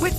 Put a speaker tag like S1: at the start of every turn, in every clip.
S1: With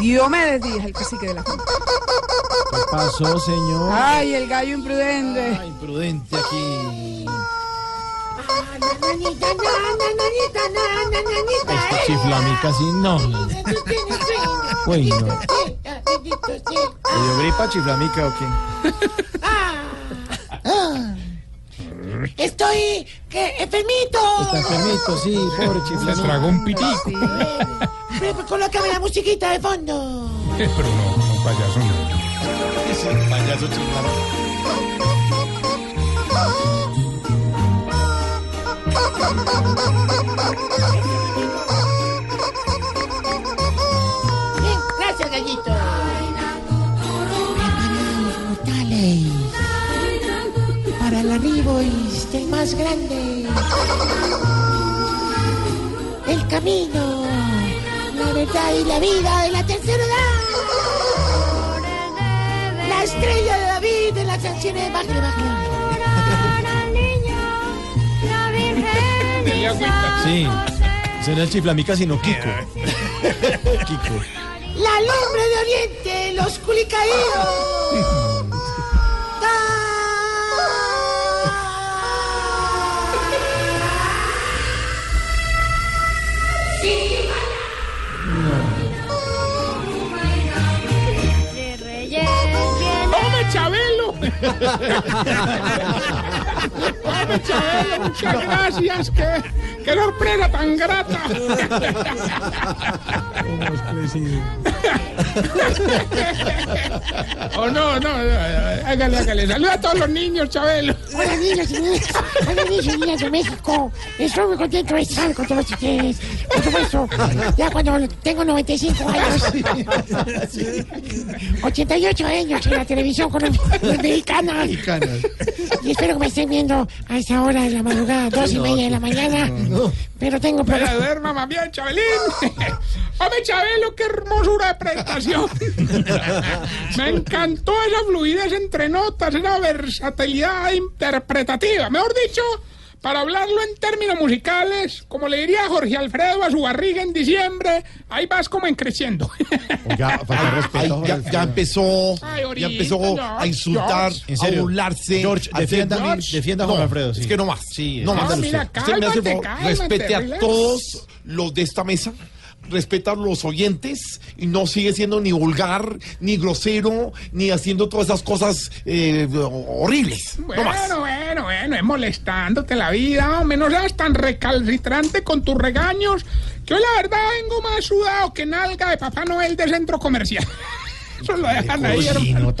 S2: Diomedes Díaz, el cacique de la finca.
S3: ¿Qué pasó, señor?
S2: Ay, el gallo imprudente.
S3: Ay, prudente aquí.
S4: Nananita, nananita, nananita,
S3: Esta
S4: eh.
S3: chiflamica así, no. no, no.
S4: Tú tienes sueño.
S3: Uy, no.
S4: Bendito sea, bendito sea.
S3: ¿Te dio gripa chiflamica o qué?
S4: Estoy que enfermito.
S3: Está enfermito, sí, pobre chiflamica. Se tragó un pitico.
S4: Pero, pero Colócame la musiquita de fondo.
S5: Pero no, no payaso.
S3: payaso chiflamica.
S4: Bien, gracias, gallito. Bienvenidos mortales. Para el arribo es del más grande. El camino, la verdad y la vida de la tercera edad. La estrella de David de las canciones de Baje, Baje.
S3: Sí. Ese no es chiflamica, sino Kiko. Kiko.
S4: La lumbre de Oriente, los culicaídos. Ta-
S5: ¡Hombre, Chabelo! ¡Hombre, Chabelo! Muchas gracias. ¡Qué, qué sorpresa tan grata! oh, no, no, hágale, hágale. Saluda a todos los niños, Chabelo.
S4: Hola niños y niñas, hola niños y niñas de México. Estoy muy contento de estar con todos ustedes. Por supuesto, ya cuando tengo 95 años, 88 años en la televisión con los, los mexicanos. Y espero que me estén viendo a esta hora de la madrugada, dos y media de la mañana. Pero tengo
S5: Para
S4: programa.
S5: ver, mamá bien, Chabelín. Hombre, Chabelo, qué hermosura de prestación. Me encantó esa fluidez entre notas, esa versatilidad interpretativa. Mejor dicho, para hablarlo en términos musicales, como le diría Jorge Alfredo a su barriga en diciembre, ahí vas como en creciendo.
S3: Ya, falta respeto. ya, empezó.
S5: Ay, ahorita, empezó a George, insultar, George.
S3: a burlarse. George,
S6: a
S3: defienda,
S5: hacer- George.
S3: defienda a Juan Alfredo.
S6: Es que no más.
S3: Sí,
S6: no
S3: es-
S6: más.
S5: Ah,
S6: de
S5: mira,
S6: usted. Usted me hace el favor,
S5: cálmate,
S6: respete a
S5: cálmate,
S6: todos los de esta mesa, respeta a los oyentes y no sigue siendo ni vulgar, ni grosero, ni haciendo todas esas cosas eh, horribles.
S5: Bueno,
S6: no más.
S5: bueno, bueno, es molestándote la vida, hombre, no seas tan recalcitrante con tus regaños. que Yo la verdad vengo más sudado que nalga de Papá Noel de centro comercial. Eso lo dejan
S6: pues
S5: ahí, hermano.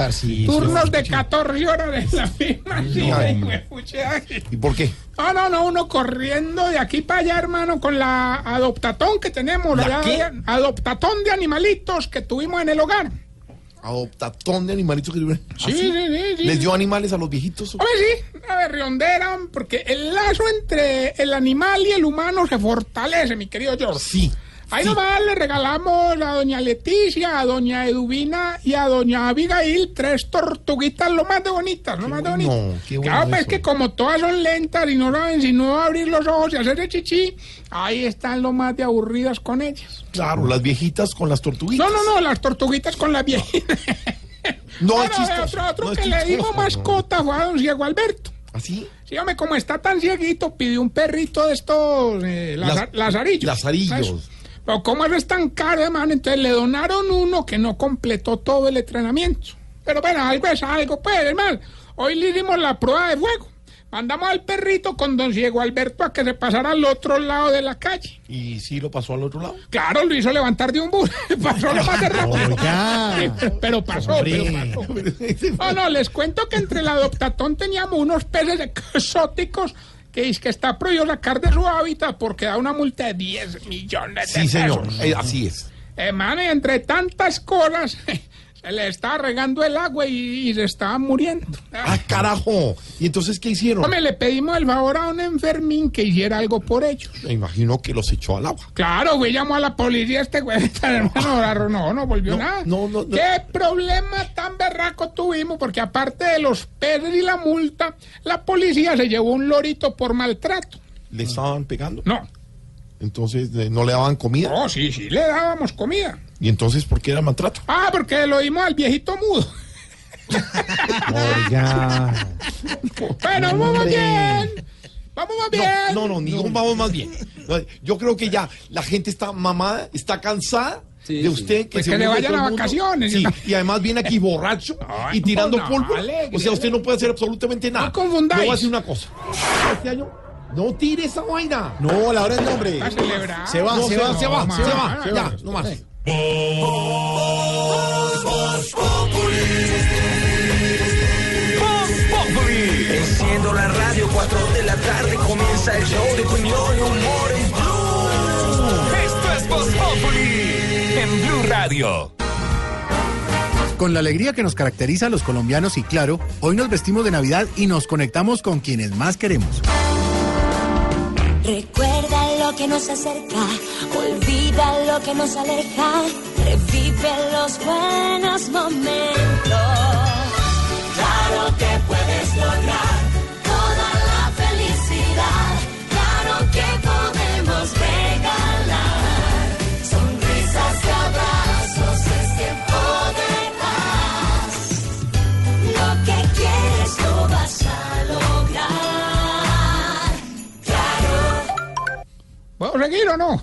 S5: Turnos de 14 horas en la misma silla, hijo de pucha.
S6: ¿Y por qué?
S5: No, no, no, uno corriendo de aquí para allá, hermano, con la adoptatón que tenemos,
S6: ¿La
S5: allá,
S6: qué?
S5: adoptatón de animalitos que tuvimos en el hogar.
S6: Adoptatón de animalitos que viven. ¿Ah,
S5: Sí,
S6: sí?
S5: sí, sí, sí.
S6: ¿Les dio animales a los viejitos? o-
S5: Hombre, sí, a ver, riondera, porque el lazo entre el animal y el humano se fortalece, mi querido George.
S6: Sí.
S5: Ahí
S6: sí.
S5: nomás le regalamos a doña Leticia, a doña Eduvina y a doña Abigail tres tortuguitas, lo más de bonitas, lo más de
S6: bueno,
S5: bonitas.
S6: qué bueno
S5: claro, pues
S6: eso.
S5: que como todas son lentas y no saben si no abrir los ojos y hacerse chichi, ahí están lo más de aburridas con ellas.
S6: Claro, las viejitas con las tortuguitas.
S5: No, no, no, las tortuguitas con la viejitas.
S6: No, es
S5: Bueno,
S6: chistoso,
S5: otro, otro
S6: no es
S5: que le
S6: chistoso,
S5: dimos
S6: no.
S5: mascota fue a don Diego Alberto.
S6: ¿Así?
S5: Sí, hombre, como está tan cieguito, pidió un perrito de estos eh, laza-
S6: Las-
S5: lazarillos.
S6: lazarillos.
S5: ¿sabes? Pero como eso es tan caro, hermano, entonces le donaron uno que no completó todo el entrenamiento. Pero bueno, algo es algo, pues, hermano. Hoy le hicimos la prueba de fuego. Mandamos al perrito con don Diego Alberto a que se pasara al otro lado de la calle.
S6: ¿Y si lo pasó al otro lado?
S5: Claro, lo hizo levantar de un bus. pasó lo más de rápido. Sí, pero pasó, pero pasó. No, no, les cuento que entre el adoptatón teníamos unos peces exóticos que es que está prohibido sacar de su hábitat porque da una multa de 10 millones de
S6: Sí,
S5: pesos.
S6: señor. eh, así es.
S5: Hermano, y entre tantas cosas, se le está regando el agua y, y se estaba muriendo.
S6: ¡Ah, carajo! ¿Y entonces qué hicieron?
S5: Hombre, le pedimos el favor a un enfermín que hiciera algo por ellos.
S6: Me imagino que los echó al agua.
S5: Claro, güey, llamó a la policía este güey, este hermano, ahora no, no volvió
S6: No,
S5: nada.
S6: no, no, no.
S5: ¿Qué problema tan berraco tuvimos? Porque aparte de los perros y la multa, la policía se llevó un lorito por maltrato.
S6: ¿Le estaban pegando?
S5: No,
S6: Entonces eh, no le daban comida.
S5: no, sí, sí, le dábamos comida.
S6: ¿Y entonces por qué era maltrato?
S5: Ah, porque lo dimos al viejito mudo. Bueno, vamos bien. Vamos más bien.
S6: No, no, ningún vamos más bien. No, Yo creo que ya la gente está mamada, está cansada de usted. Que,
S5: Pues
S6: se
S5: que le
S6: vuelve
S5: vayan
S6: todo
S5: a
S6: el mundo.
S5: vacaciones.
S6: Sí, y además viene aquí borracho
S5: Ay,
S6: y tirando
S5: no,
S6: polvo.
S5: alegre.
S6: O sea, usted no puede hacer absolutamente nada.
S5: No confundáis.
S6: Yo voy a hacer una cosa. Este año, no tire esa vaina.
S7: No, la hora es nombre.
S5: A celebrar.
S7: Se va,
S6: No,
S7: se va, se va,
S5: no,
S7: se
S5: no,
S7: va.
S5: no,
S7: Ya, no más.
S8: Enciendo la radio, 4 de la tarde comienza el show de opinión y humor en Blue. Esto es Voz Populi en Blue Radio.
S7: Con la alegría que nos caracteriza a los colombianos y claro, hoy nos vestimos de Navidad y nos conectamos con quienes más queremos.
S9: Recuerda lo que nos acerca, olvida lo que nos aleja, revive los buenos momentos. Claro que puedes lograr toda la felicidad, claro que podemos regalar sonrisas y abrazos, es tiempo de paz. Lo que quieres lo vas a lograr, claro.
S5: ¿Puedo seguir o no?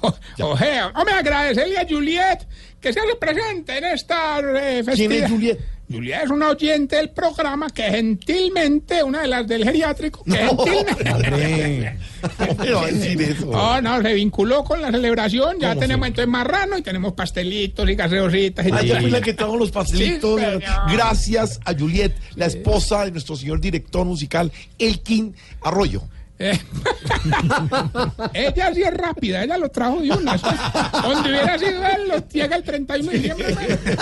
S5: O- Ojea. Hombre, agradecerle a Juliet que se hace presente en esta eh,
S6: ¿Quién
S5: festividad.
S6: es Juliet?
S5: Juliet es una oyente del programa que gentilmente, una de las del geriátrico, que gentilmente...
S6: No me va a Oh. decir eso.
S5: Oh, no, se vinculó con la celebración. Ya
S6: ¿Cómo
S5: tenemos
S6: sí?
S5: entonces marrano y tenemos pastelitos y gaseositas y
S6: Ah, ella
S5: todo.
S6: fue la que trajo los pastelitos.
S5: Sí, señor.
S6: Gracias a Juliet, la esposa de nuestro señor director musical, Elkin Arroyo.
S5: Eh, ella sí es rápida, ella lo trajo de una. eso es. Donde hubiera sido él, lo llega el 31 de diciembre. pues.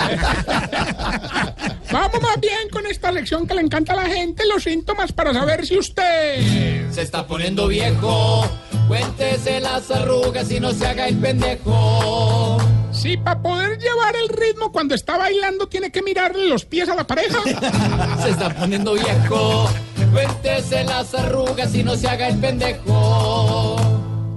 S5: Vamos más bien con esta lección que le encanta a la gente, los síntomas para saber si usted...
S8: Se está poniendo viejo, cuéntese las arrugas y no se haga el pendejo.
S5: Si para poder llevar el ritmo cuando está bailando tiene que mirarle los pies a la pareja.
S8: Se está poniendo viejo, cuéntese las arrugas y no se haga el pendejo.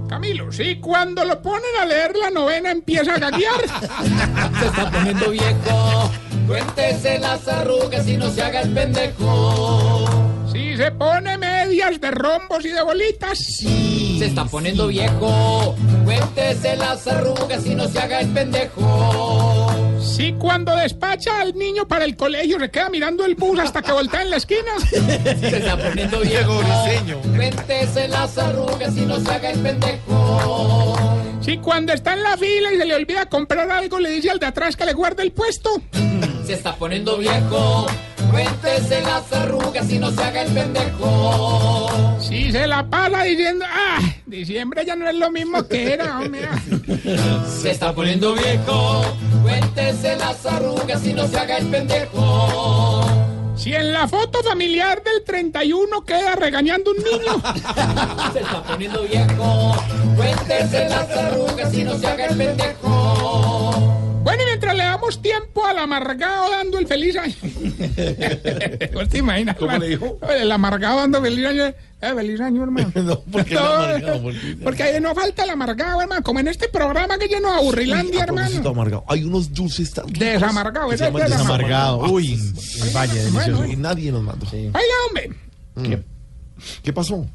S5: Camilo, si cuando lo ponen a leer la novena empieza a gaguear.
S8: Se está poniendo viejo, cuéntese las arrugas y no se haga el pendejo.
S5: Si se pone medias de rombos y de bolitas.
S8: Se está poniendo viejo, cuéntese las arrugas y no se haga el pendejo.
S5: Si cuando despacha al niño para el colegio se queda mirando el bus hasta que voltea en la esquina.
S8: Se está poniendo viejo,
S6: Briseño.
S8: cuéntese las arrugas y no se haga el pendejo.
S5: Si cuando está en la fila y se le olvida comprar algo le dice al de atrás que le guarde el puesto.
S8: Se está poniendo viejo, cuéntese las arrugas y no se haga el pendejo.
S5: Si se la pasa diciendo, ah, diciembre ya no es lo mismo que era. hombre".
S8: Se está poniendo viejo, cuéntese las arrugas y no se haga el pendejo.
S5: Si en la foto familiar del 31 queda regañando un niño.
S8: Se está poniendo viejo, cuéntese las arrugas y no se haga el pendejo.
S5: Bueno, y mientras le damos tiempo al amargado dando el feliz año. ¿Vos te imaginas?
S6: ¿Cómo
S5: hermano?
S6: le dijo?
S5: El amargado dando feliz año. Eh, feliz año, hermano. eh,
S6: No, porque el amargado, porque-
S5: Porque ahí no falta el amargado, hermano. Como en este programa que lleno aburrilandia,
S8: Ah,
S6: A
S8: pues,
S6: propósito,
S5: hermano.
S6: amargado. Hay unos dulces tan ricos
S5: Desamargado,
S6: que
S5: ese
S6: se llaman
S5: es desamargado.
S6: desamargado.
S7: Uy, vaya, delicioso.
S6: Y nadie nos mandó.
S5: Oiga, hombre,
S6: ¿Qué pasó?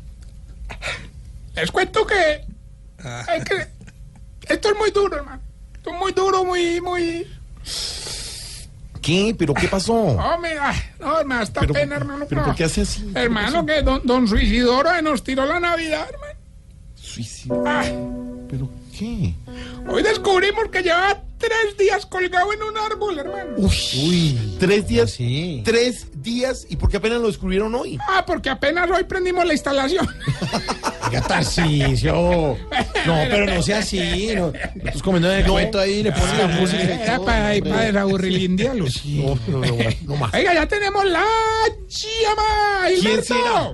S5: les cuento que, es que esto es muy duro, hermano. Esto es muy duro, muy, muy...
S6: ¿Qué? ¿Pero qué pasó?
S5: Hombre, ah, no, hermano, esta
S6: Pero-
S5: pena, hermano.
S6: pero
S5: no.
S6: ¿por qué hace así? ¿Qué pasó?
S5: Hermano, que don, don Suicidoro eh, nos tiró la Navidad, hermano.
S6: Suicidio.
S5: Ah.
S6: ¿Pero qué?
S5: Hoy descubrimos que lleva tres tres días colgado en un árbol, hermano.
S6: Uy, Uy tres días. Sí. Tres días. ¿Y por qué apenas lo descubrieron hoy?
S5: Ah, porque apenas hoy prendimos la instalación.
S3: Ya Tarcicio. No, pero no sea así. No. Estás comiendo el cuento ahí le pones la música.
S5: Era para, para desaburrir el indialo.
S6: No, no, no, no más.
S5: Oiga, ya tenemos la llama.
S6: ¿Quién será?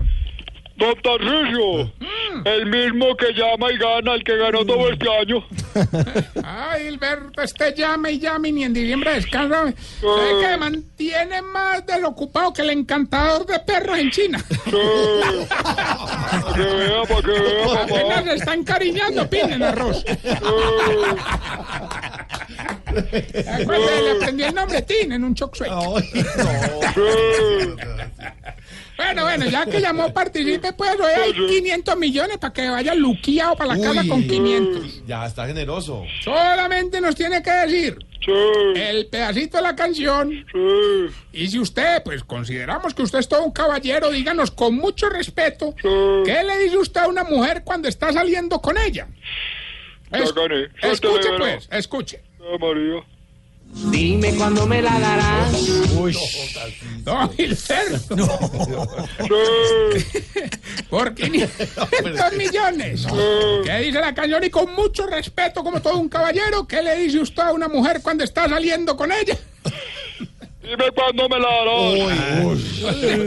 S10: Don Tarcicio, el mismo que llama y gana, el que ganó todo este año.
S5: Ay, Gilberto, este llame y llame y ni en diciembre descansa. Sabe que mantiene más del ocupado que el encantador de perros en China.
S10: Sí. Pa' que vea, pa' que vea,
S5: Apenas
S10: papá.
S5: se está encariñando, piden arroz. Acuérdate, le aprendí el nombre Tin en un choc sueco.
S10: Sí.
S5: Bueno, bueno, ya que llamó participe, pues hoy hay 500 millones para que vaya luqueado para la casa con 500.
S6: Ya está generoso.
S5: Solamente nos tiene que decir
S10: Sí.
S5: el pedacito de la canción.
S10: Sí.
S5: Y si usted, pues consideramos que usted es todo un caballero, díganos con mucho respeto, ¿qué le dice usted a una mujer cuando está saliendo con ella?
S10: Ya gané.
S5: escuche
S10: Suéltame,
S5: pues, escuche.
S10: Ah, María.
S11: Dime cuándo me la darás.
S3: Uy.
S5: No, Gilberto. Por 500 millones. ¿Qué dice la canción? Y con mucho respeto, como todo un caballero, ¿qué le dice usted a una mujer cuando está saliendo con ella?
S10: Dime cuándo me la darás.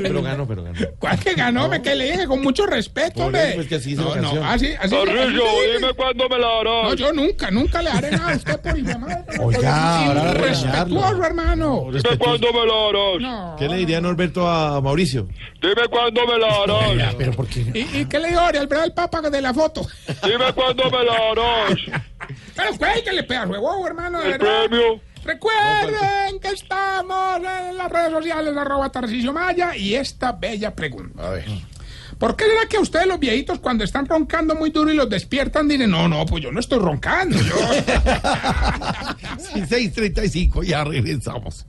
S6: Pero ganó, pero ganó.
S5: ¿Cuál que ganó? Me que le dije con mucho respeto,
S6: Por
S5: hombre.
S6: eso es pues que así dice la
S5: no, no,
S6: canción.
S5: Ah, así, así.
S10: Tarcicio,
S5: así le dije.
S10: dime cuándo me la darás.
S5: No, yo nunca, nunca le haré nada a usted por mi mamá.
S3: Oiga, ahora va a
S5: Respetuoso,
S3: regañarlo.
S5: hermano.
S10: Dime cuándo me la darás.
S5: No.
S6: ¿Qué le diría Norberto a Mauricio?
S10: Dime cuándo me la darás.
S3: Pero por qué.
S5: ¿Y, y qué le dijo Ariel Bravo al papa de la foto?
S10: Dime cuándo me la darás.
S5: Pero cuélguele, pedazo de huevo, hermano, de
S10: El
S5: verdad.
S10: premio.
S3: pues,
S5: Recuerden que estamos en las redes sociales, arroba Tarcisio Maya, y esta bella pregunta. A ver. ¿Por qué será que a ustedes los viejitos cuando están roncando muy duro y los despiertan dicen, no, no, pues yo no estoy roncando, yo...
S6: 6.35, ya regresamos.